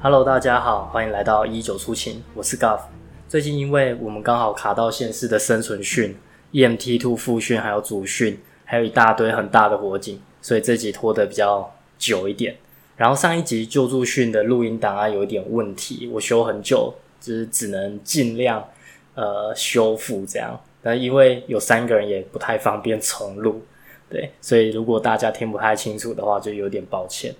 Hello，大家好，欢迎来到一九出勤，我是 Guff。最近因为我们刚好卡到县市的生存训、EMT Two 复训，还有组训，还有一大堆很大的火警，所以这集拖得比较久一点。然后上一集救助训的录音档案有一点问题，我修很久，就是只能尽量呃修复这样。但因为有三个人也不太方便重录，对，所以如果大家听不太清楚的话，就有点抱歉。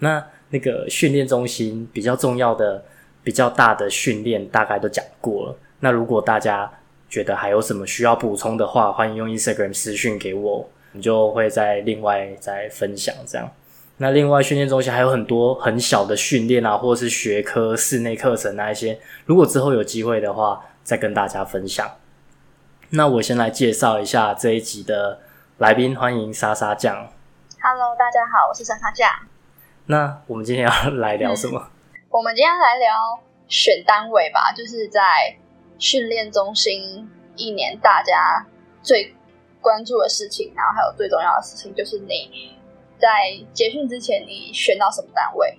那那个训练中心比较重要的、比较大的训练大概都讲过了。那如果大家觉得还有什么需要补充的话，欢迎用 Instagram 私讯给我，我就会再另外再分享这样。那另外训练中心还有很多很小的训练啊，或者是学科、室内课程啊那一些，如果之后有机会的话，再跟大家分享。那我先来介绍一下这一集的来宾，欢迎莎莎酱。 Hello，大家好，我是莎莎酱。那我们今天要来聊什么？我们今天来聊选单位吧，就是在训练中心一年大家最关注的事情，然后还有最重要的事情，就是你在结训之前你选到什么单位？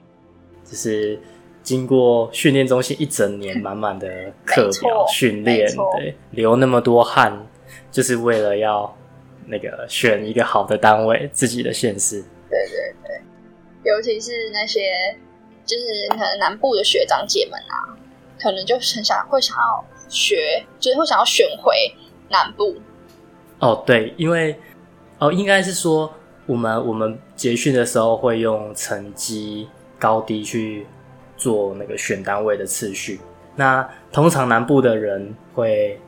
就是经过训练中心一整年满满的课表没错训练没错，对，流那么多汗，就是为了要那个选一个好的单位，自己的县市。对对对，尤其是那些就是可能南部的学长姐们啊，可能就很想会想要学，就是会想要选回南部。哦，对，因为哦，应该是说我们我们结训的时候会用成绩高低去做那个选单位的次序。那通常南部的人会，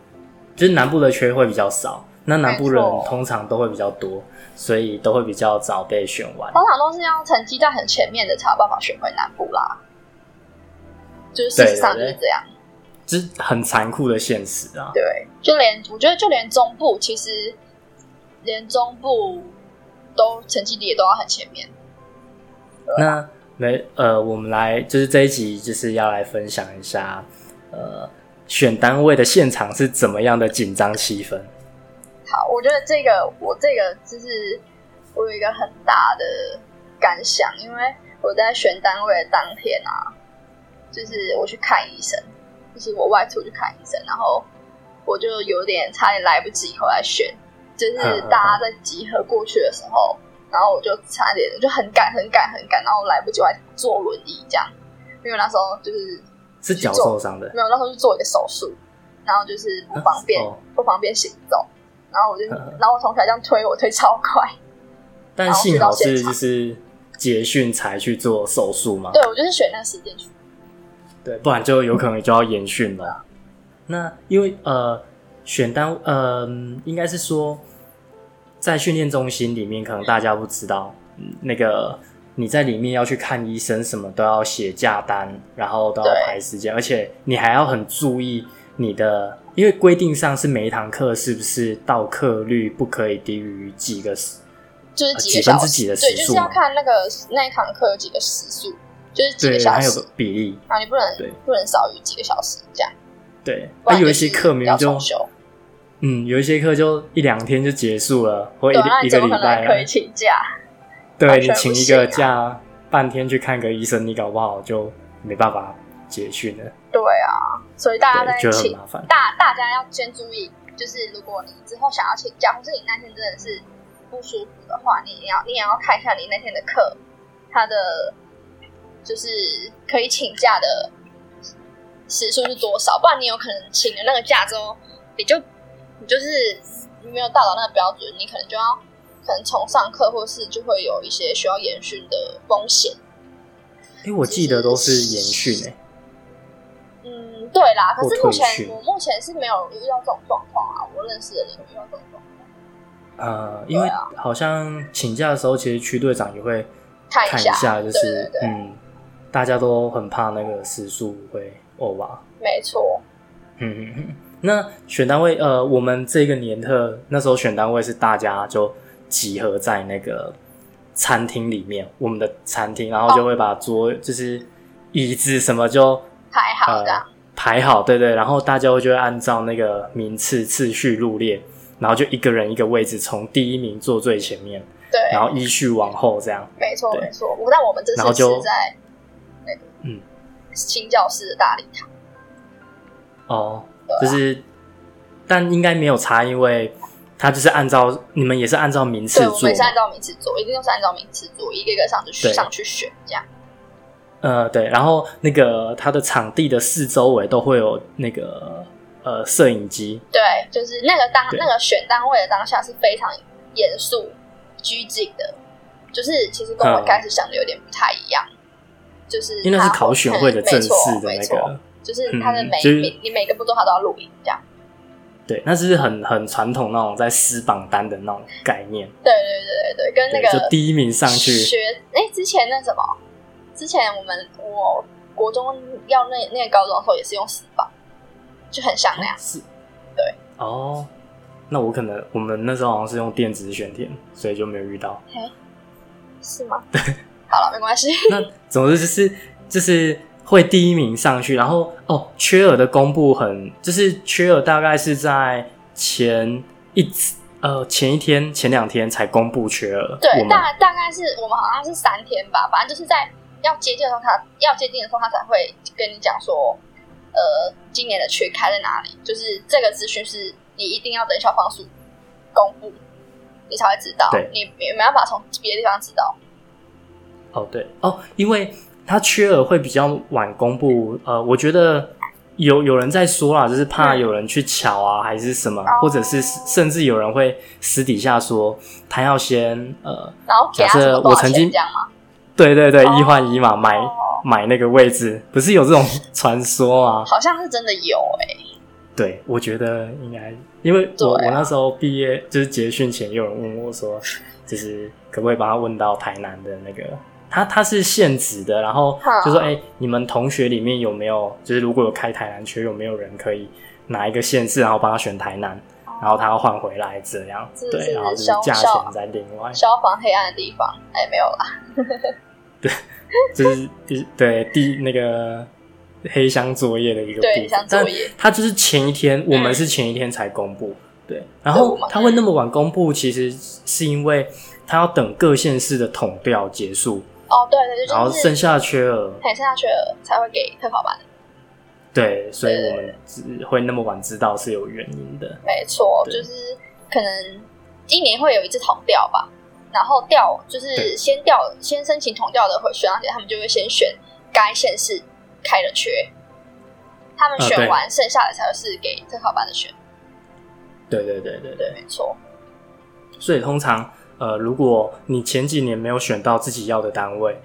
就是南部的缺会比较少，那南部人没错通常都会比较多，所以都会比较早被选完。通常都是要成绩在很前面的才有办法选回南部啦。就是事实上就是这样，这是很残酷的现实啊！对就连我觉得就连中部，其实连中部都成绩也都要很前面。啊那没呃，我们来就是这一集就是要来分享一下，呃，选单位的现场是怎么样的紧张气氛。好，我觉得这个我这个就是我有一个很大的感想，因为我在选单位的当天啊，就是我去看医生，就是我外出去看医生，然后我就有点差点来不及回来选，就是嗯嗯大家在集合过去的时候，然后我就差点我就很赶很赶很赶，然后来不及，我还坐轮椅这样，因为那时候就是是脚受伤的，没有，那时候是做一个手术，然后就是不方便、哦嗯不方便行走，然后我就然后我同学还这样推我，推超快。但然后幸去到好是现就场是结训才去做手术嘛，对我就是选那个时间去，对，不然就有可能就要延训啊了。那因为呃，选单呃，嗯应该是说在训练中心里面，可能大家不知道，嗯那个你在里面要去看医生，什么都要写假单，然后都要对排时间，而且你还要很注意你的，因为规定上是每一堂课是不是到课率不可以低于几个就是呃个几分小之时，几的时对，就是数要嘛看那个那一堂课有几个时数，就是几对个，小还有时个，比例，然后你不对能不能少于几个小时这样。对，不那、然有就一些是课明明要就重修，嗯，有一些课就一两天就结束了，或一对，那一你个怎么礼可能拜可以啊，请假？对完你全请不一个行啊假半天去看个医生，你搞不好就没办法结训了，对啊，所以大家在对，就很请麻烦。大大家要先注意，就是如果你之后想要请假，或是你那天真的是不舒服的话，你也要你也要看一下你那天的课，它的就是可以请假的时数是多少，不然你有可能请了那个假之后，你就你就是你没有达到那个标准，你可能就要可能重上课，或是就会有一些需要延训的风险。因为我记得都是延训诶、嗯，对啦，可是或退目训前我目前是没有遇到这种状况啊，我认识的人有遇到这种状况。呃，因为对啊好像请假的时候，其实区队长也会看一看一下下，就是对对对嗯，大家都很怕那个时速会哦 over。没错，嗯，嗯嗯，那选单位，呃，我们这个年特那时候选单位是大家就集合在那个餐厅里面，我们的餐厅，然后就会把桌、就是椅子什么就还好呃的。啊排好，对对，然后大家就会按照那个名次次序入列，然后就一个人一个位置，从第一名坐最前面，对，然后依序往后这样。没错对没错。我但我们这然后次就是在嗯新教室的大礼堂。哦对啊，就是，但应该没有差，因为他就是按照你们也是按照名次对，我做们也是按嘛，照名次做，一定都是按照名次做，一个一个上去对上去选这样。呃，对，然后那个它的场地的四周围都会有那个呃摄影机，对，就是那个当对那个选单位的当下是非常严肃拘谨的，就是其实跟我一开始想的有点不太一样，就是嗯因为那是它考选会的正式的啊没那错，没个错，就是他的嗯每、就是每你每个步骤他都要录影这样。对，那是很很传统那种在撕榜单的那种概念，对对对对对，跟那对，个就第一名上去，学哎、之前那什么，之前我们我国中要那那个高中的时候也是用死榜，就很像那样。哦是，对，哦，那我可能我们那时候好像是用电子选填，所以就没有遇到。哦是吗？好了，没 关系。那总之就是就是会第一名上去，然后哦，缺额的公布很，就是缺额大概是在前一次呃前一天前两天才公布缺额，我对，们大大概是我们好像是三天吧，反正就是在要接近的时候他，要接近的时候，他才会跟你讲说，呃，今年的缺开在哪里，就是这个资讯是你一定要等消防署公布，你才会知道对，你没没办法从别的地方知道。哦对哦，因为它缺额会比较晚公布，呃，我觉得。有有人在说啦，就是怕嗯有人去抢啊，还是什么，哦或者是甚至有人会私底下说他要先呃然后给他假设什么多少我曾钱经这样吗？对对对，哦一换一嘛，买哦买那个位置，不是有这种传说吗？好像是真的有哎、 对，我觉得应该，因为我、对啊我那时候毕业就是结训前，有人问我说，就是可不可以帮他问到台南的那个，他他是现职的，然后好就说，哎、你们同学里面有没有，就是如果有开台南缺，有没有人可以拿一个县市，然后帮他选台南，然后他要换回来这样是，对，是然后就是小价钱小在另外，消防黑暗的地方，哎、没有啦，就是第对第那个黑箱作业的一个对部黑分箱作但业嗯它就是前一天，我们是前一天才公布，对，然对我后们它会那么晚公布，其实是因为它要等各县市的统调结束，哦，对对，然后就剩是下的缺额，很剩下缺额才会给特考班，对，所以对我们只会那么晚知道是有原因的，没错，对就是可能一年会有一次统调吧，然后调就是对先调先申请统调的会学长姐，他们就会先选该县市开的缺，他们啊选对完剩下的才是给特考班的选，对对对对对，没错，所以通常呃，如果你前几年没有选到自己要的单位，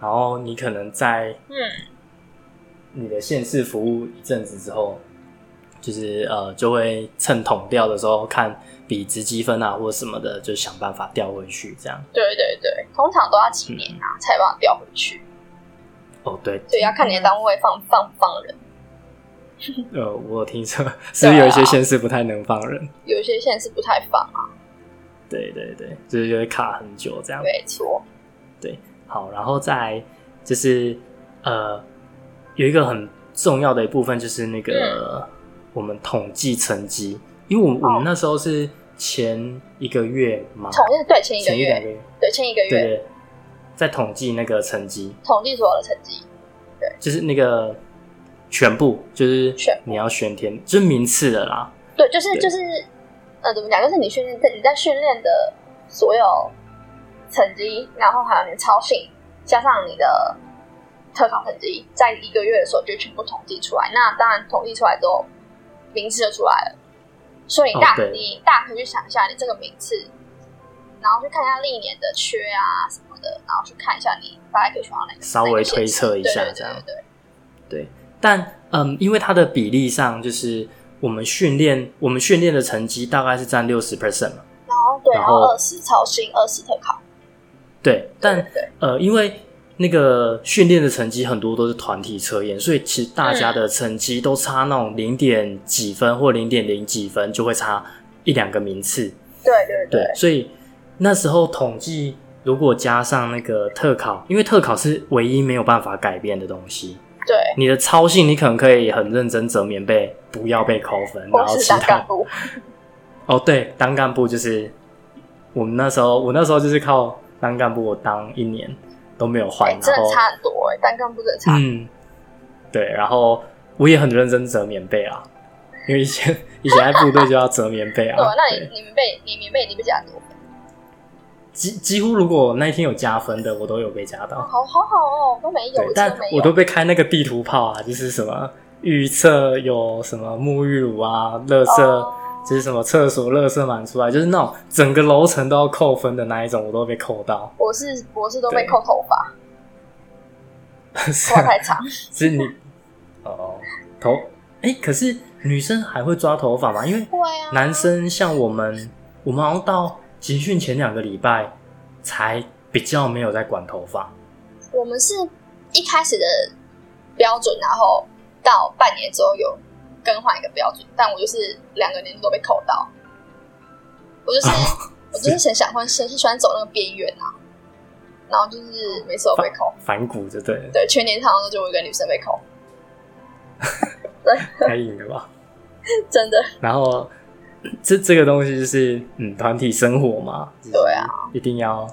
然后你可能在嗯，你的县市服务一阵子之后，就是呃，就会趁统调的时候看比值积分啊或者什么的，就想办法调回去这样。对对对，通常都要几年啊、才把它调回去，哦，对，所以要看你的单位放放不放人。呃，我有听说是不是有一些县市不太能放人？有一些现在是不太放啊，对对对，就是就会卡很久这样。没错，好，然后再就是呃，有一个很重要的一部分就是那个、我们统计成绩，因为我们我嗯哦们那时候是前一个月嘛，统一对前一个前一两月，个月。对前一个对月对，在统计那个成绩，统计所有的成绩，就是那个全部，就是全你要选填，就是名次的啦。对，就是对就是，呃，怎么讲？就是你训练在你在训练的所有成绩，然后还有你的操训，加上你的特考成绩，在一个月的时候就全部统计出来。那当然统计出来之后，名次就出来了。所以你哦大、对你大可以去想一下你这个名次，然后去看一下历年的缺啊什么的，然后去看一下你大概可以选到哪个稍微推测一下哪个县市这样对对对对但嗯，因为它的比例上，就是我们训练我们训练的成绩大概是占六十 percent 嘛。对然后对，然然后后二十操训，二十特考，对，但对对呃，因为那个训练的成绩很多都是团体测验，所以其实大嗯家的成绩都差那种零点几分或零点零几分，就会差一两个名次。对对对，所以那时候统计如果加上那个特考，因为特考是唯一没有办法改变的东西。对，你的操性，你可能可以很认真折棉被，不要被扣分，然我后是其当他干部。哦，对，当干部就是我们那时候，我那时候就是靠当干部，我当一年都没有换，哎、然真的后差很多哎、单干部真的差。嗯，对，然后我也很认真折棉被啊，因为以前以前在部队就要折棉被啊 对吧？。那对你你棉被你棉被你被加多，几几乎如果那一天有加分的，我都有被加到。好好好哦，都没有，对我，真但的没我有。都被开那个地图炮啊，就是什么预测有什么沐浴乳啊、垃圾，哦就是什么厕所垃圾满出来，就是那种整个楼层都要扣分的那一种，我都被扣到。 我是我是都被对扣头发，是头发啊，太长。是你哦，头哎、可是女生还会抓头发吗？因为对啊，男生像我们，我们好像到集训前两个礼拜才比较没有在管头发。我们是一开始的标准，然后到半年之后有更换一个标准，但我就是两个年度都被扣到，我啊就是、 我就是很想欢，很喜欢走那个边缘啊，然后就是每次都被扣，反骨就对了，对，全年常常都就我一个女生被扣，太硬了吧？ 真的，然后这这个东西就是嗯，团体生活嘛，对啊，一定要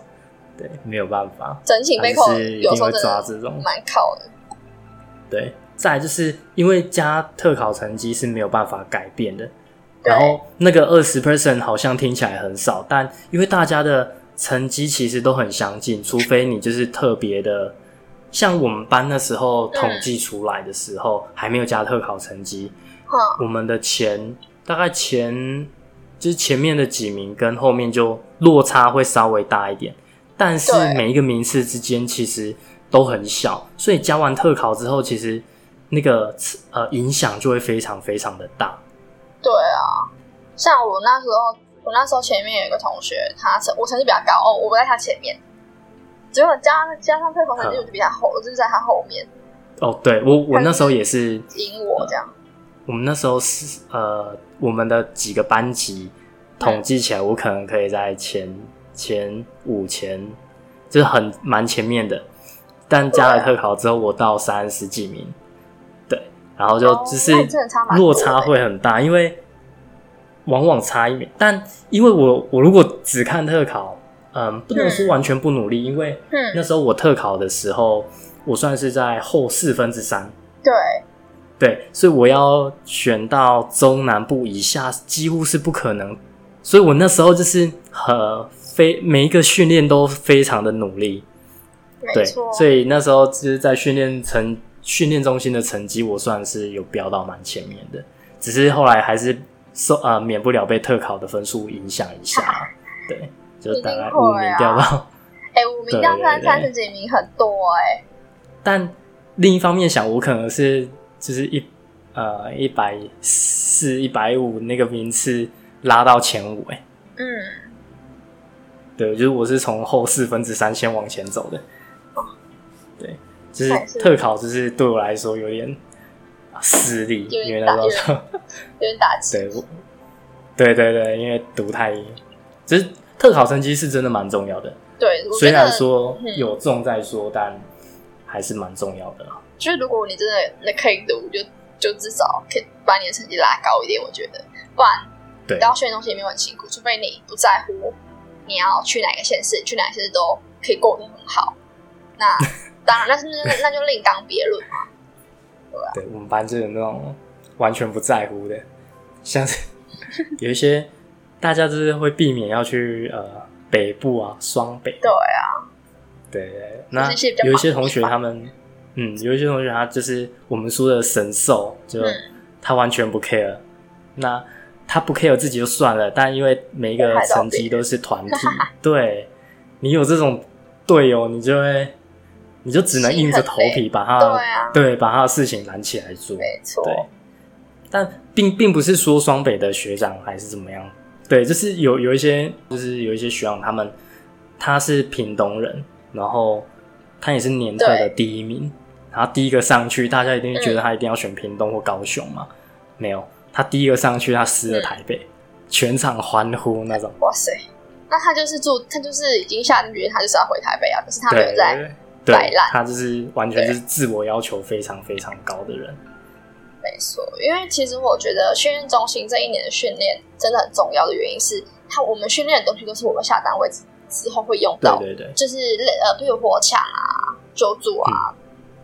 对，没有办法，整体被扣嗯还是一有定时候会真抓的这种蛮靠的，对。再来就是因为加特考成绩是没有办法改变的，对然后那个二十 percent 好像听起来很少，但因为大家的成绩其实都很相近，除非你就是特别的，像我们班那时候统计出来的时候、还没有加特考成绩，哼，我们的前大概前就是前面的几名跟后面就落差会稍微大一点，但是对每一个名次之间其实都很小，所以加完特考之后，其实那个呃影响就会非常非常的大。对啊，像我那时候，我那时候前面有一个同学，他成我成绩比较高哦，我不在他前面，结果加加上退考成嗯绩我就比他后，我就是在他后面哦，对我我那时候也是，赢我这样。我们那时候是呃我们的几个班级统计起来，我可能可以在前前五前就是很蛮前面的，但加了特考之后，我到三十几名，对，然后就哦只是那你真的差蛮多落的欸差会很大，因为往往差一点，但因为我我如果只看特考，嗯，不能说完全不努力，因为那嗯，时候我特考的时候，我算是在后四分之三。对，对，所以我要选到中南部以下几乎是不可能，所以我那时候就是呃非每一个训练都非常的努力，没对，错。所以那时候就是在训练成训练中心的成绩，我算是有飙到蛮前面的，只是后来还是受呃免不了被特考的分数影响 一下，对，就大概一定五会名啊掉到哎，五名对当对三对三十几名很多哎，但另一方面想，我可能是就是一呃一百四、一百五那个名次拉到前五、欸，哎，嗯，对，就是我是从后四分之三先往前走的，对，就还是是特考，就是对我来说有点失利，有点因为那时候有点打 击。对我，对对对，因为读太，就是特考成绩是真的蛮重要的，对，我虽觉然得说嗯有重在说，但还是蛮重要的啦。啊就是如果你真的那可以读，就就至少可以把你的成绩拉高一点，我觉得，不然对，然后训练东西也没有很辛苦，除非你不在乎你要去哪个县市，去哪个县市都可以过得很好。 那当然，那是那那就另当别论嘛。啊对我们班就有那种完全不在乎的，像 是有一些大家就是会避免要去呃北部啊、双北，对啊，对，那就是一些比较有一些忙同的学地方他们，嗯，有一些同学他就是我们说的神兽，就嗯他完全不 care，那他不 care 自己就算了，但因为每一个害到成绩都是团 体，对你有这种队友，你就会你就只能心硬着很头累皮把他对啊对把他的事情揽起来做，没错，对，但并并不是说双北的学长还是怎么样，对，就是有有一些就是有一些学长他们他是屏东人，然后他也是年特的第一名，然后第一个上去，大家一定嗯觉得他一定要选屏东或高雄嘛，没有，他第一个上去他撕了台北，嗯全场欢呼那种，哇塞，那他就是住，他就是已经下定决心，他就是要回台北啊，可是他没有对在，对摆烂，他就是完全就是自我要求非常非常高的人，没错，因为其实我觉得训练中心这一年的训练真的很重要的原因是，他我们训练的东西都是我们下单位之之后会用对到的对对，就是类呃，比如火抢啊、救助啊，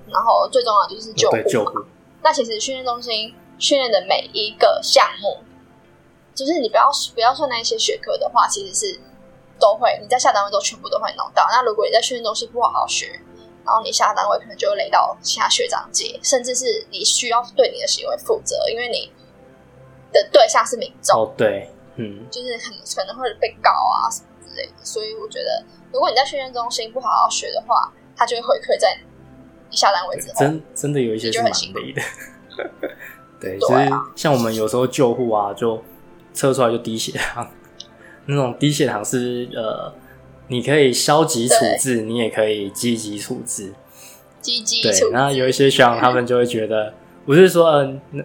然后最重要的就是救哦护对救嘛，护，那其实训练中心训练的每一个项目，就是你不要不要算那一些学科的话，其实是都会你在下单位都全部都会弄到。那如果你在训练中心不好好学，然后你下单位可能就会累到其他学长姐，甚至是你需要对你的行为负责，因为你的对象是民众，哦，对，嗯，就是很可能会被告啊什么之类的。所以我觉得，如果你在训练中心不好好学的话，它就会回馈在你下单位对之后。真真的有一些是蛮累的。 对，就对啊是像我们有时候救护啊，就测出来就低血糖，那种低血糖是呃，你可以消极处置，你也可以积极处置。积极对处置，那有一些学长他们就会觉得，不是说嗯、那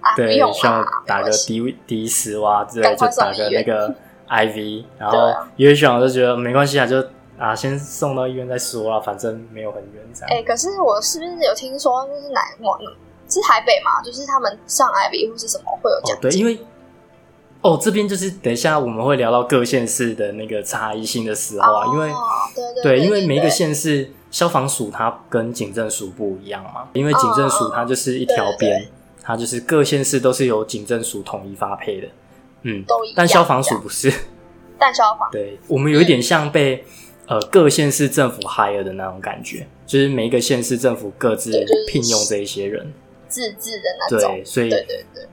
啊，不对用，像啦，打没个关系低低十哇之类，赶就快打送个医那院 个 IV，然对后啊有些学长就觉得没关系啊，就啊先送到医院再说啊啦，反正没有很远这样。哎、可是我是不是有听说，就是哪某是台北嘛？就是他们上 IB 或是什么会有哦奖，对，金？因为哦这边就是等一下我们会聊到各县市的那个差异性的时候啊，因为哦对对对，对，因为每一个对县市消防署它跟警政署不一样嘛，因为警政署它就是一条哦对对边，它就是各县市都是由警政署统一发配的，嗯，都一样，但消防这署样不是。但消防对我们有一点像被呃各县市政府 hire 的那种感觉，就是每一个县市政府各自对就是聘用这一些人，自制的那种，对，所以对对对，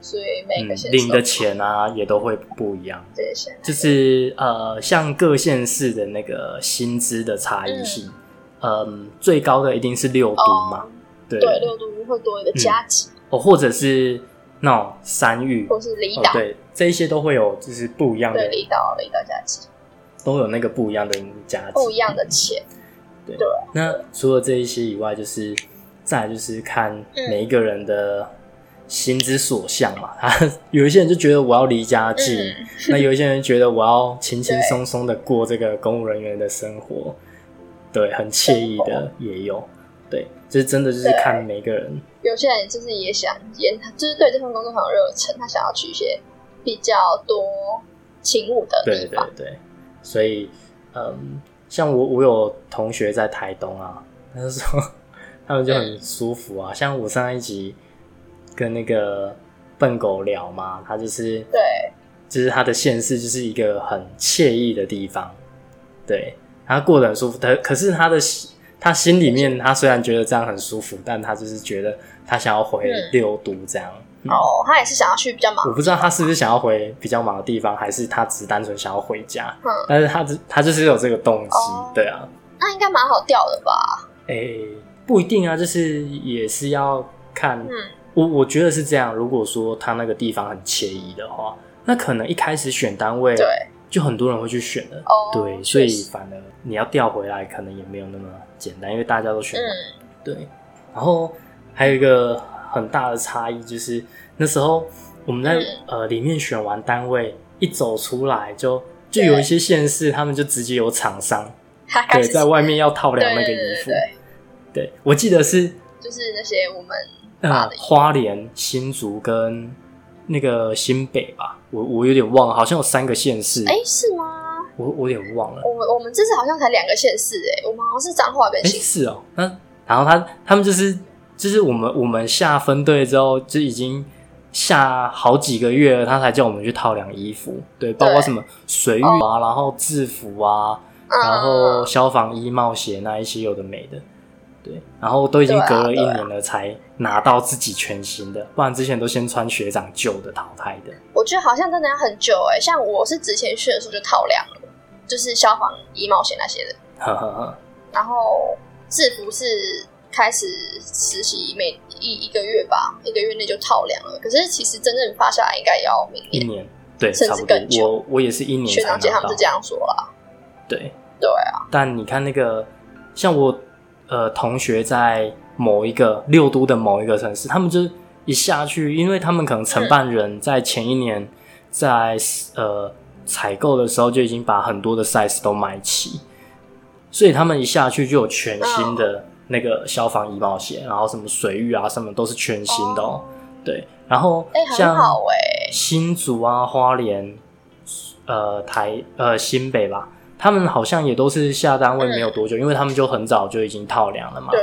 所以每嗯个县市领的都钱啊也都会不一样，这些就是呃像各县市的那个薪资的差异性，嗯、最高的一定是六都嘛，哦，对对六都会多一个加级，哦或者是那种三域，或是离哦岛，对，这一些都会有就是不一样的对，离岛离岛加级，都有那个不一样的加值，不一样的钱，那除了这一些以外，就是再来就是看每一个人的心之所向嘛。 他有一些人就觉得我要离家近，嗯那有一些人觉得我要轻轻松松的过这个公务人员的生活，对，很惬意的也有。对，就是真的就是看每个人。有些人就是也想，也就是对这份工作很有热忱，他想要去一些比较多勤务的对地对方。对，所以嗯，像我我有同学在台东啊，他就说他们就很舒服啊。像我上一集跟那个笨狗聊嘛，他就是对就是他的县市就是一个很惬意的地方，对他过得很舒服。他可是他的心他心里面，他虽然觉得这样很舒服，但他就是觉得他想要回嗯六都这样。嗯哦，他也是想要去比较忙我，不知道他是不是想要回比较忙的地方，还是他只是单纯想要回家。嗯但是他只他就是有这个动机，哦对啊，那应该蛮好调的吧？诶、不一定啊，就是也是要看。嗯，我我觉得是这样。如果说他那个地方很惬意的话，那可能一开始选单位，对，就很多人会去选的。哦对，所以确实反而你要调回来，可能也没有那么简单，因为大家都选嗯，对，然后还有一个很大的差异就是，那时候我们在、嗯呃里面选完单位，一走出来就就有一些县市，他们就直接有厂商他开对始在外面要套量那个对对衣服对。对，我记得是就是那些我们呃花莲、新竹跟那个新北吧，我我有点忘了，好像有三个县市，哎、是吗？我我有点忘了。我们我们这次好像才两个县市哎、我们好像是彰化跟哎、新是哦，那然后他他们就是就是我们我们下分队之后，就已经下好几个月了，他才叫我们去套量衣服，对，包括对哦什么水浴啊，然后制服啊，嗯然后消防衣、帽鞋那一些有的没的，对，然后都已经对啊隔了一对啊年了才拿到自己全新的，不然之前都先穿学长旧的淘汰的，我觉得好像真的要很久哎、像我是之前去的时候就套量了，就是消防衣、冒险那些的，呵呵呵，然后制服是开始实习每一一个月吧，一个月内就套量了。可是其实真正发下来应该要明一年，年。对，甚差至不多更。久我我也是一年学才拿长姐他到们是。这样说啦。对，对啊，但你看那个，像我呃同学在某一个六都的某一个城市，他们就是一下去，因为他们可能承办人在前一年在呃采购的时候就已经把很多的 size 都买齐，所以他们一下去就有全新的那个消防衣帽鞋，然后什么水浴啊什么都是全新的哦。对，然后哎、像很好哎、新竹啊、花莲、呃台呃新北吧，他们好像也都是下单位没有多久，因为他们就很早就已经套量了嘛。对，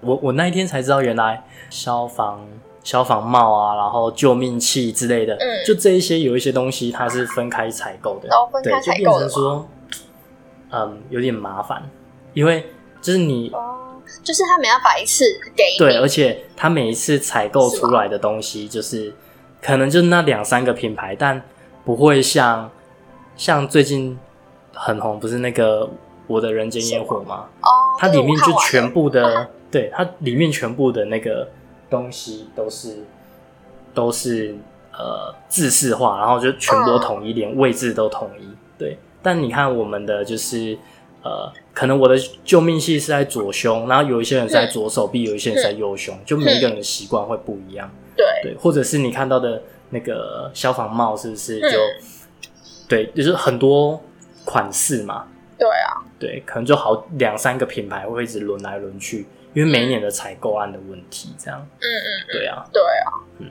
我我那一天才知道，原来消防消防帽啊，然后救命器之类的，嗯就这一些有一些东西它是分开采购的，哦分开对，就采变购的成说，嗯，有点麻烦，因为就是你哦，就是他没办法一次给你，对，而且它每一次采购是出吗来的东西，就是可能就那两三个品牌，但不会像像最近很红，不是那个《我的人间烟火》吗？哦，它里面就全部部的，对，它里面全部的那个东西都是都是呃制式化，然后就全部嗯都统一，连位置都统一。对，但你看我们的就是呃，可能我的救命系是在左胸，然后有一些人是在左手臂，有一些人是在右胸，就每一个人的习惯会不一样。嗯对对，或者是你看到的那个消防帽，是不是嗯就、对，就是很多款式嘛。对啊，对，可能就好两三个品牌会一直轮来轮去，因为每一年的采购案的问题，这样。嗯嗯，对啊，对啊，嗯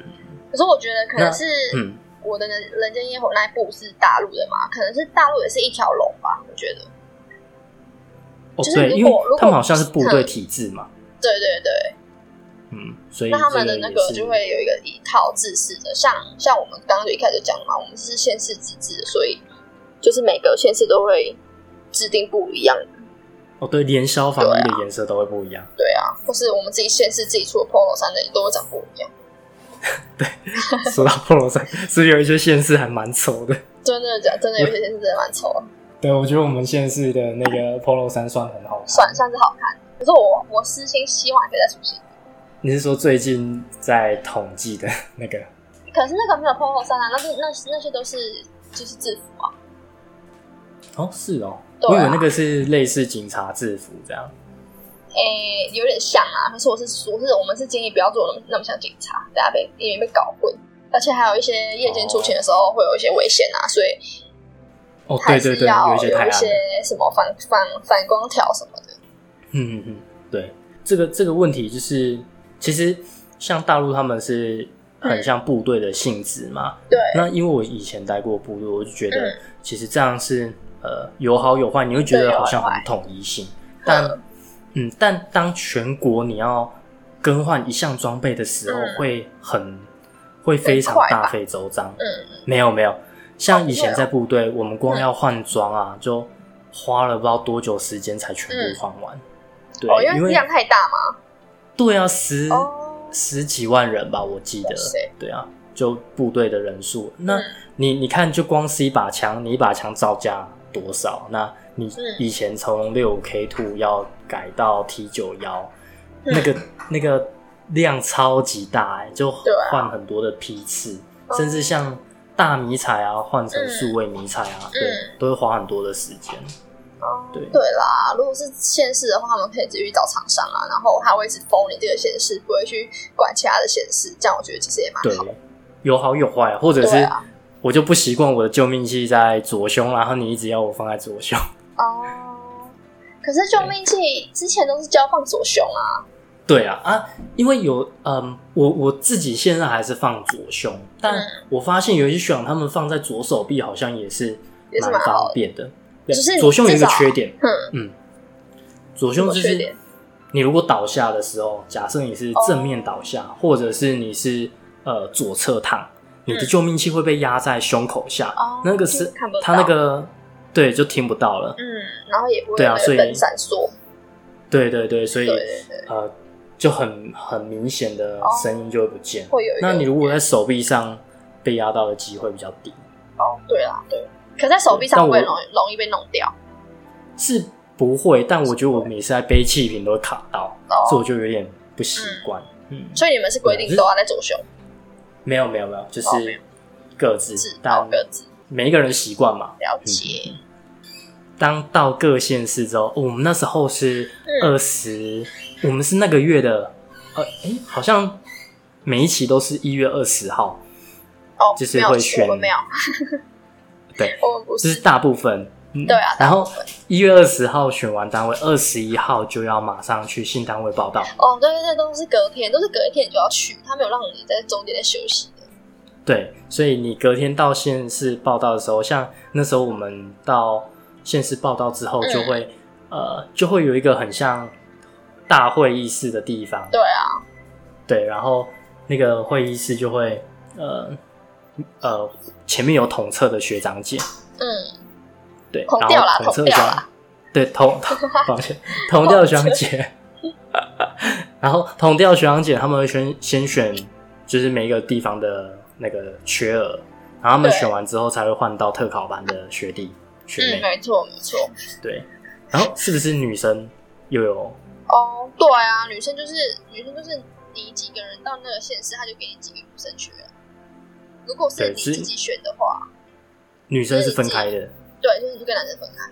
可是我觉得可能那是嗯，我的人人间烟火那一部是大陆的嘛，可能是大陆也是一条龙吧，我觉得，哦就是对，如因为果如果嗯他们好像是部队体制嘛，对对对，嗯，所以那他们这的个那也个是就会有一个一套制式的，像像我们刚刚就一开始讲嘛，我们是县市自治，所以就是每个县市都会制定不一样的，哦，对，连消防衣啊的颜色都会不一样。对啊，或是我们自己县市自己出的 polo 衫的也都会长不一样，说到 polo 衫，所以有一些县市还蛮丑的。真的讲真的有些县市真的蛮丑的， 对，我觉得我们县市的那个 polo 衫算很好看。算算是好看，可是我我私心希望可以再出现，你是说最近在统计的 那个？可是那个没有 polo 衫啊，那是那那些都是就是制服啊，哦，是哦，对啊我以为那个是类似警察制服这样。诶、有点像啊，可是我是我是我们是建议不要做那么那么像警察，大家被以免被搞混，而且还有一些夜间出勤的时候会有一些危险啊，所以哦，对还对是对，要一些太有暗一了。些什么反反反光条什么的。嗯，嗯嗯，对，这个这个问题就是，其实像大陆他们是很像部队的性质嘛。对那因为我以前待过部队，我就觉得嗯其实这样是呃有好有坏，你会觉得对有好像好有很坏统一性，但嗯，但当全国你要更换一项装备的时候嗯，会很会非常很快吧大费周章。嗯，没有没有，哦像不以前会哦在部队，我们光嗯要换装啊，就花了不知道多久时间才全嗯部换完。对，哦，因因为量太大嘛。对啊，十、哦，十几万人吧，我记得哇塞。对啊，就部队的人数。那、嗯你你看，就光是一把枪，你一把枪造价多少？那你嗯以前从六 K two 要改到 T 九幺，嗯那个那个量超级大、欸，就对啊哦换很多的批次，甚至像大迷彩啊，换嗯成数位迷彩啊，对，都会花很多的时间。对哦对啦，如果是县市的话，他们可以直接去找厂商啊，然后他会一直封你这个县市，不会去管其他的县市，这样我觉得其实也蛮对好的。，有好有坏，或者对是啊我就不习惯我的救命器在左胸，然后你一直要我放在左胸。 哦，可是救命器之前都是交放左胸啊。对啊啊，因为有嗯，我我自己现在还是放左胸，但嗯我发现有一些选他们放在左手臂好像也是也是蛮蛮好的方便的。对只是左胸有一至个少缺点，嗯嗯，左胸就什么缺是点你如果倒下的时候，假设你是正面倒下，哦或者是你是呃左侧躺，你的嗯救命器会被压在胸口下，哦那个就是是看不它那到个对就听不到了。嗯，然后也不会对有啊那所个以灯闪烁。对对对，所以对对对，呃就很很明显的声音就会不见。会有一个。那你如果在手臂上被压到的机会比较低，哦，对啦，对。可在手臂上但会我不会容易容易被弄掉。是不会，但我觉得我每次在背气瓶都会卡到，哦所以我就有点不习惯。嗯，所以你们是规定都要在左胸没有没有没有，就是哦没有各自，制造但各自每一个人习惯嘛。了嗯解。当到各县市之后，哦我们那时候是嗯二十、我们是那个月的，呃，诶，好像每一期都是一月二十号，哦，就是没有会选我们没有， 对， 我们不这是是大部分。嗯对啊然后一月二十号选完单位，二十一号就要马上去新单位报道。哦，对对对，都是隔天，都是隔一天你就要去，他没有让你在中间在休息的。对，所以你隔天到县市报道的时候，像那时候我们到县市报道之后，嗯就会、呃，就会有一个很像大会议室的地方，对啊，对，然后那个会议室就会呃呃前面有统测的学长姐，嗯，对，同然调啦后统测同学调长啦，对同同 抱歉同调学长姐， 然后同调学长姐他们会先先选就是每一个地方的那个缺额，然后他们对选完之后才会换到特考班的学弟学嗯，妹，没错没错。对，然后是不是女生又有哦，对啊，女生就是女生就是你几个人到那个县市，他就给你几个女生去了。如果是对你是自己选的话，女生是分开的？对，就是你就跟男生分开，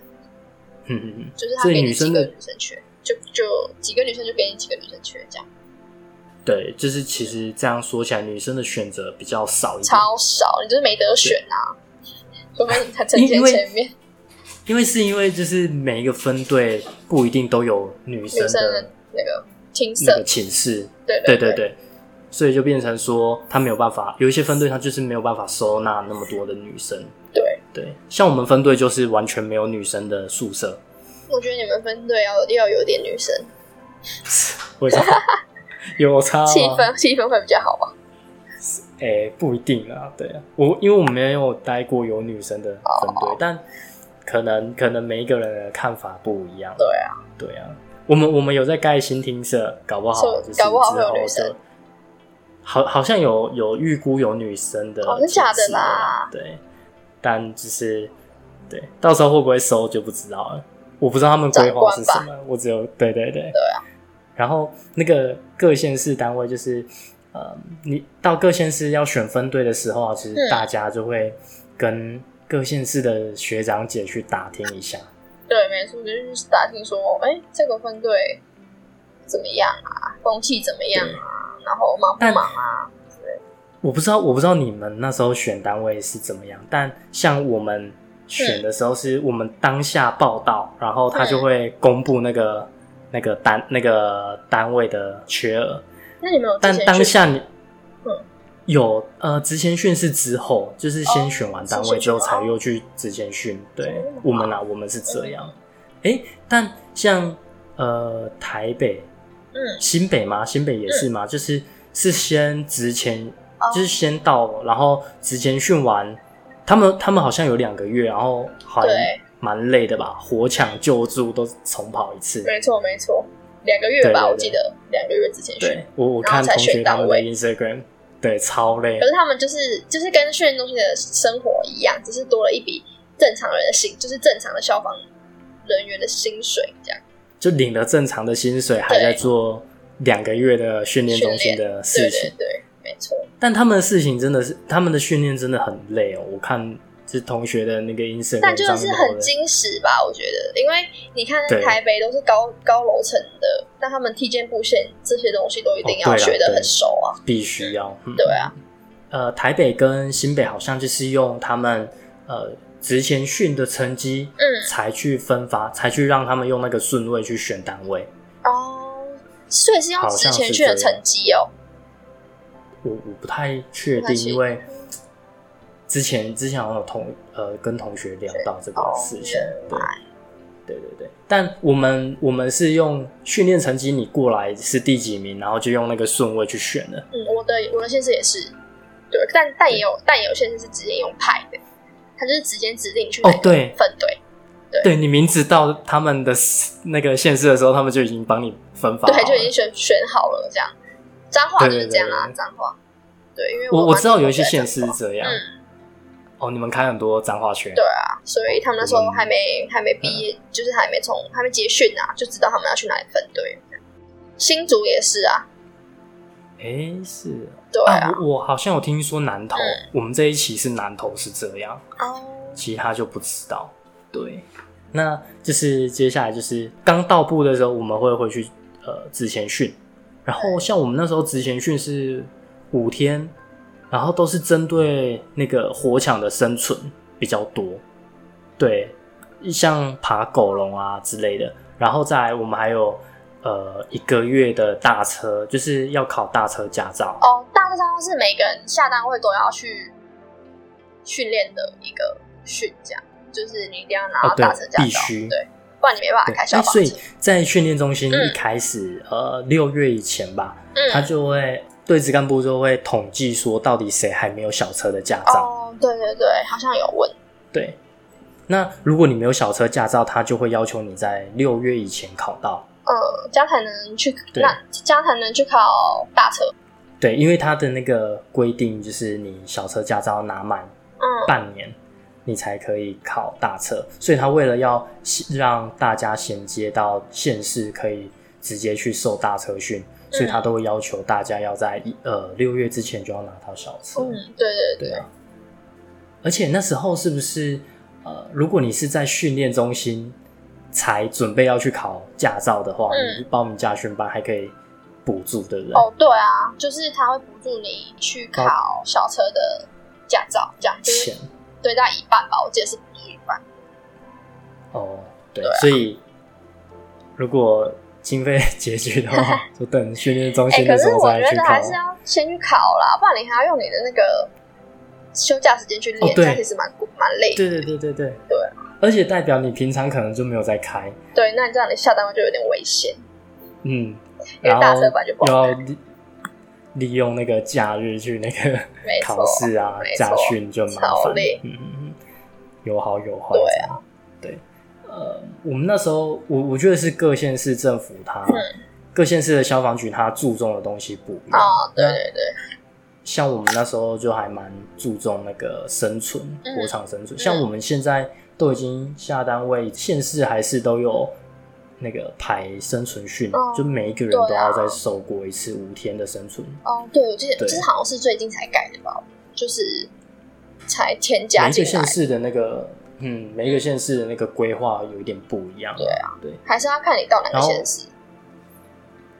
嗯嗯嗯，就是他所以给你女几生个的女生去，就就几个女生就给你几个女生去，这样对，就是其实这样说起来，女生的选择比较少一点，超少，你就是没得选啊。除非你在成因前为前面，因为是因为就是每一个分队不一定都有女生女生的的那个那青个涩，寝室，对对对对对，所以就变成说他没有办法，有一些分队他就是没有办法收纳那么多的女生。对，对，像我们分队就是完全没有女生的宿舍，我觉得你们分队要要有点女生，为什么？ 有差吗气氛气氛会比较好吧？诶、不一定啊，对啊，我因为我没有待过有女生的分队，哦但可能可能每一个人的看法不一样，对啊，对啊，我们我们有在盖新厅社，搞不好是就是搞不好会有之后女生就，好好像有有预估有女生的，哦真假的啦，对，但就是对，到时候会不会收就不知道了，我不知道他们规划是什么，我只有对对对对啊，然后那个各县市单位就是，呃，你到各县市要选分队的时候啊，其实嗯大家就会跟各县市的学长姐去打听一下，对，没错，就是打听说，哎、这个分队怎么样啊？风气怎么样啊？然后忙不但忙啊？我不知道，我不知道你们那时候选单位是怎么样，但像我们选的时候，是我们当下报道，然后嗯他就会公布那个那个单那个单位的缺额，那你们有之但前当去下你嗯有呃职前训是之后，就是先哦选完是单先位之后选才哦又去职前训，对哦我们啦，我们是这样。诶，但像呃台北嗯新北吗？新北也是吗？就是是先职前哦，就是先到，然后职前训完，他们他们好像有两个月，然后还对蛮累的吧，火抢救助都重跑一次。没错没错，两个月吧，对对对我记得两个月之前对训。我我然后看才同学选他单们的位 Instagram，对，超累可。是他们就是就是跟训练中心的生活一样，只是多了一笔正常人的薪，就是正常的消防人员的薪水这样。就领了正常的薪水，还在做两个月的训练中心的对事对情。对，没错。但他们的事情真的是，他们的训练真的很累哦。我看就是同学的那个但 Instagram 就上是面都很有矜持吧，我觉得，因为你看对台北都是高高楼层的，但他们踢毽布线这些东西都一定哦要对啦学得很熟啊。必须要。嗯对啊，呃，台北跟新北好像就是用他们呃职前训的成绩，嗯才去分发，才去让他们用那个顺位去选单位。哦，所以是用好之像前是去的这样成绩哦。我我不太确不太定，确因为之前之前好像有同呃跟同学聊到这个事情，对哦对对对。但我们我们是用训练成绩，你过来是第几名，然后就用那个顺位去选的。嗯，我的我的县市也是，对，但但也有但也有县市是直接用派的，他就是直接指定去哦哪个对分队，对你名字到他们的 s- 那个县市的时候，他们就已经帮你分发好对，就已了经。选选好了这样。彰化就是这样对对啊，对对彰化。对，因为我我我知道有一些县县市是这样。嗯哦，你们开很多脏话圈。对啊，所以他们那时嗯候还没还没毕业，就是还没从还没结训啊，就知道他们要去哪里分队。新竹也是啊，哎，是对啊，嗯我我好像有听说南投，我们这一期是南投是这样。哦，其他就不知道。对，那就是接下来就是刚到步的时候，我们会回去呃之前训，然后像我们那时候之前训是五天，然后都是针对那个火场的生存比较多，对，像爬狗笼啊之类的，然后再来我们还有。呃，一个月的大车就是要考大车驾照，哦，大致上是每个人下单位都要去训练的一个训，这样就是你一定要拿哦到对大车驾必照，须对，不然你没办法对，哦开消哎防所以器。在训练中心嗯一开始，呃，六月以前吧，他嗯，就会对职干部就会统计说，到底谁还没有小车的驾照。哦，对对对，好像有问。对，那如果你没有小车驾照，他就会要求你在六月以前考到。嗯，这样才能去，对那这样才能去考大车。对，因为他的那个规定就是你小车驾照拿满嗯半年，你才可以考大车，所以他为了要让大家衔接到县市，可以直接去受大车训，所嗯以他都会要求大家要在一呃六月之前就要拿到小车。嗯，对对对对，啊，而且那时候是不是呃，如果你是在训练中心才准备要去考驾照的话，嗯你报名驾训班还可以补助，对不对？哦对啊，就是他会补助你去考小车的驾照，这样就是钱对到一半吧，我记得是补助一半。哦，对，对啊所以如果经费拮据的 话，就等训练中哎、心可的时是候我再觉去得考。还是要先去考啦，不然你还要用你的那个休假时间去练，哦对这样其实蛮蛮累的。对对对对对对啊而且代表你平常可能就没有在开，对，那你这样你下单位就有点危险，嗯，因然为后大车本来就不又好要拿。利利用那个假日去那个没错考试啊没、错驾训就麻超烦累，嗯嗯，嗯有好有坏，对啊嗯啊，对，呃，我们那时候我我觉得是各县市政府它、嗯各县市的消防局它注重的东西不一样哦，对对对，像我们那时候就还蛮注重那个生存，嗯火场生存。嗯像我们现在都已经下单位，县市还是都有那个排生存训，哦就每一个人都对啊要再受过一次五天的生存。哦，对，我记得对这好像是最近才改的吧，就是才添加每一进个来县，市的那个，嗯，每一个县市的那个规划有一点不一样。对啊，对还是要看你到哪个然后县市。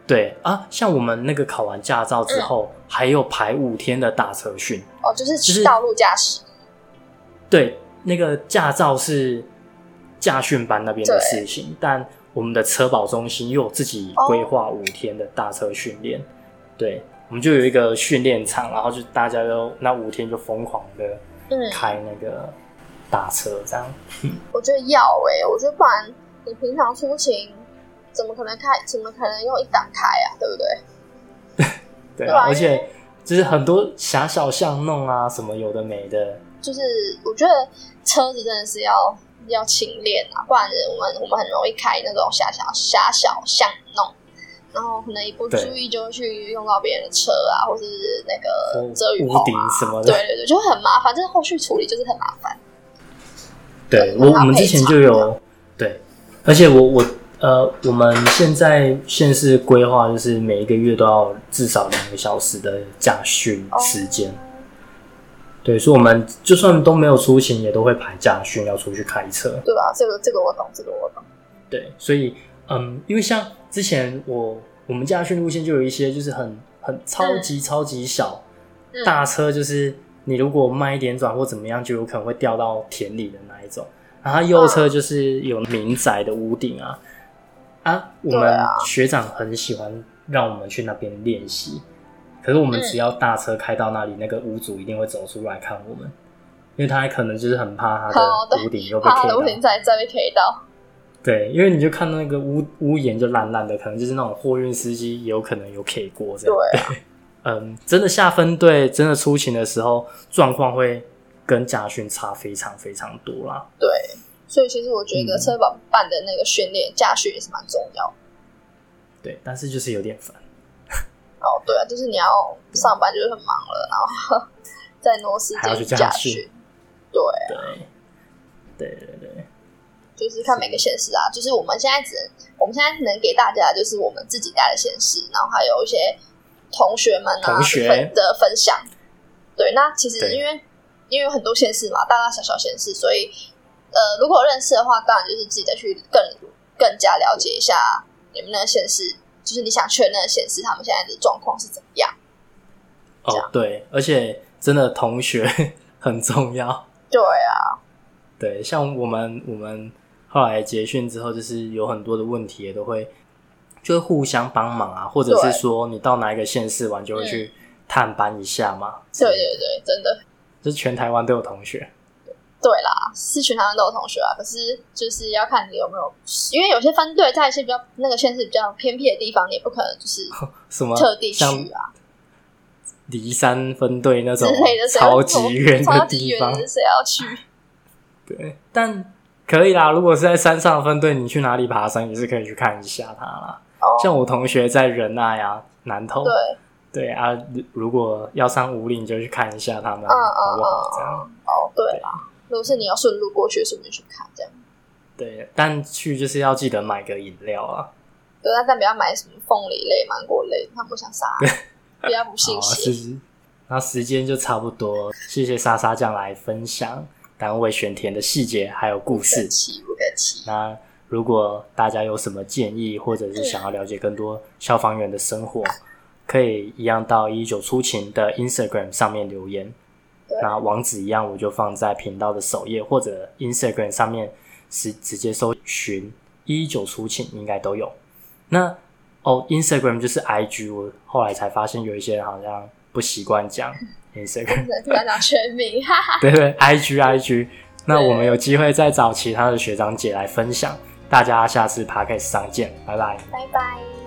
对啊，像我们那个考完驾照嗯之后，还有排五天的大车训。哦，就是就是去道路驾驶。对，那个驾照是驾训班那边的对哦事情，但我们的车保中心又有自己规划五天的大车训练。对，我们就有一个训练场，然后就大家都那五天就疯狂的嗯，开那个大车，这样。我觉得要哎、我觉得不然你平常出勤怎么可能开？怎么可能用一档开啊？对不对？对对啊，啊而因为且就是很多狭小巷弄啊，什么有的没的。就是我觉得车子真的是要要勤练啊，不然我们我们很容易开那种狭小狭小巷弄，然后可能一不对注意就会去用到别人的车啊，或是那个屋遮雨棚顶啊。什么对的，对对，就很麻烦，这后续处理就是很麻烦。对对我，我还要们配之前茶就有对，而且我我呃，我们现在县市规划就是每一个月都要至少两个小时的驾训哦时间。对，所以我们就算都没有出勤，也都会排驾训要出去开车。对吧？这个这个我懂，这个我懂。对，所以嗯，因为像之前我我们驾训路线就有一些就是很很超级超级小，嗯大车就是你如果慢一点转或怎么样，就有可能会掉到田里的那一种。然后它右侧就是有民宅的屋顶啊啊，我对们啊学长很喜欢让我们去那边练习，可是我们嗯只要大车开到那里，那个屋主一定会走出来看我们，因为他可能就是很怕哦他的对屋顶又被怕贴他的到问。题再再被 K 到，对，因为你就看到那个屋屋檐就烂烂的，可能就是那种货运司机也有可能有 K 过这对样。啊，嗯，真的下分队真的出勤的时候，状况会跟家训差非常非常多啦。对。所以其实我觉得嗯车保办的那个训练驾训也是蛮重要的。对，但是就是有点烦。哦，对啊，就是你要上班就是很忙了，然后 再挪时还要去间驾驾训训。对，对对对，就是看每个县市啊，就是我们现在只能，我们现在能给大家的就是我们自己家的县市，然后还有一些同学们啊同学分的分享。对，那其实对因为因为有很多县市嘛，大大小小县市，所以呃，如果认识的话，当然就是自己再去更更加了解一下你们那个县市，就是你想去的那个县市，他们现在的状况是怎么样。这哦对，而且真的同学 很重要。对啊，对，像我们我们后来结训之后，就是有很多的问题也都会就会互相帮忙啊，或者对嗯是说你到哪一个县市玩，就会去探班一下嘛。对对对，真的。就是全台湾都有同学。对啦，是全台湾都有同学啊，可是就是要看你有没有，因为有些分队在一些比较那个县市比较偏僻的地方，你也不可能就是什么特地去像啊离山分队那之种类的，谁要超级远超的级地远方，的谁要去？对，但可以啦。如果是在山上的分队，你去哪里爬山也是可以去看一下它啦。哦像我同学在仁爱呀、南投，对，对啊，如如果要上五岭，就去看一下他们，嗯嗯好不好？这嗯样，哦对啦，如果是你要顺路过去，顺便去看这样。对，但去就是要记得买个饮料啊，对，但但不要买什么凤梨类、芒果类，他们不想杀，比较 不信好，邪。是。那时间就差不多，谢谢莎莎酱来分享单位选填的细节还有故不事可。欺，不可欺。那如果大家有什么建议，或者是想要了解更多消防员的生活，可以一样到一九出勤的 Instagram 上面留言对。那网址一样，我就放在频道的首页或者 Instagram 上面，是直接搜寻一九出勤应该都有。那哦，Instagram 就是 IG，我后来才发现有一些人好像不习惯讲 Instagram， 真的不要讲全名，哈哈。 对对，IG IG。那我们有机会再找其他的学长姐来分享，大家下次 p o d c a s 上见，拜拜。拜拜。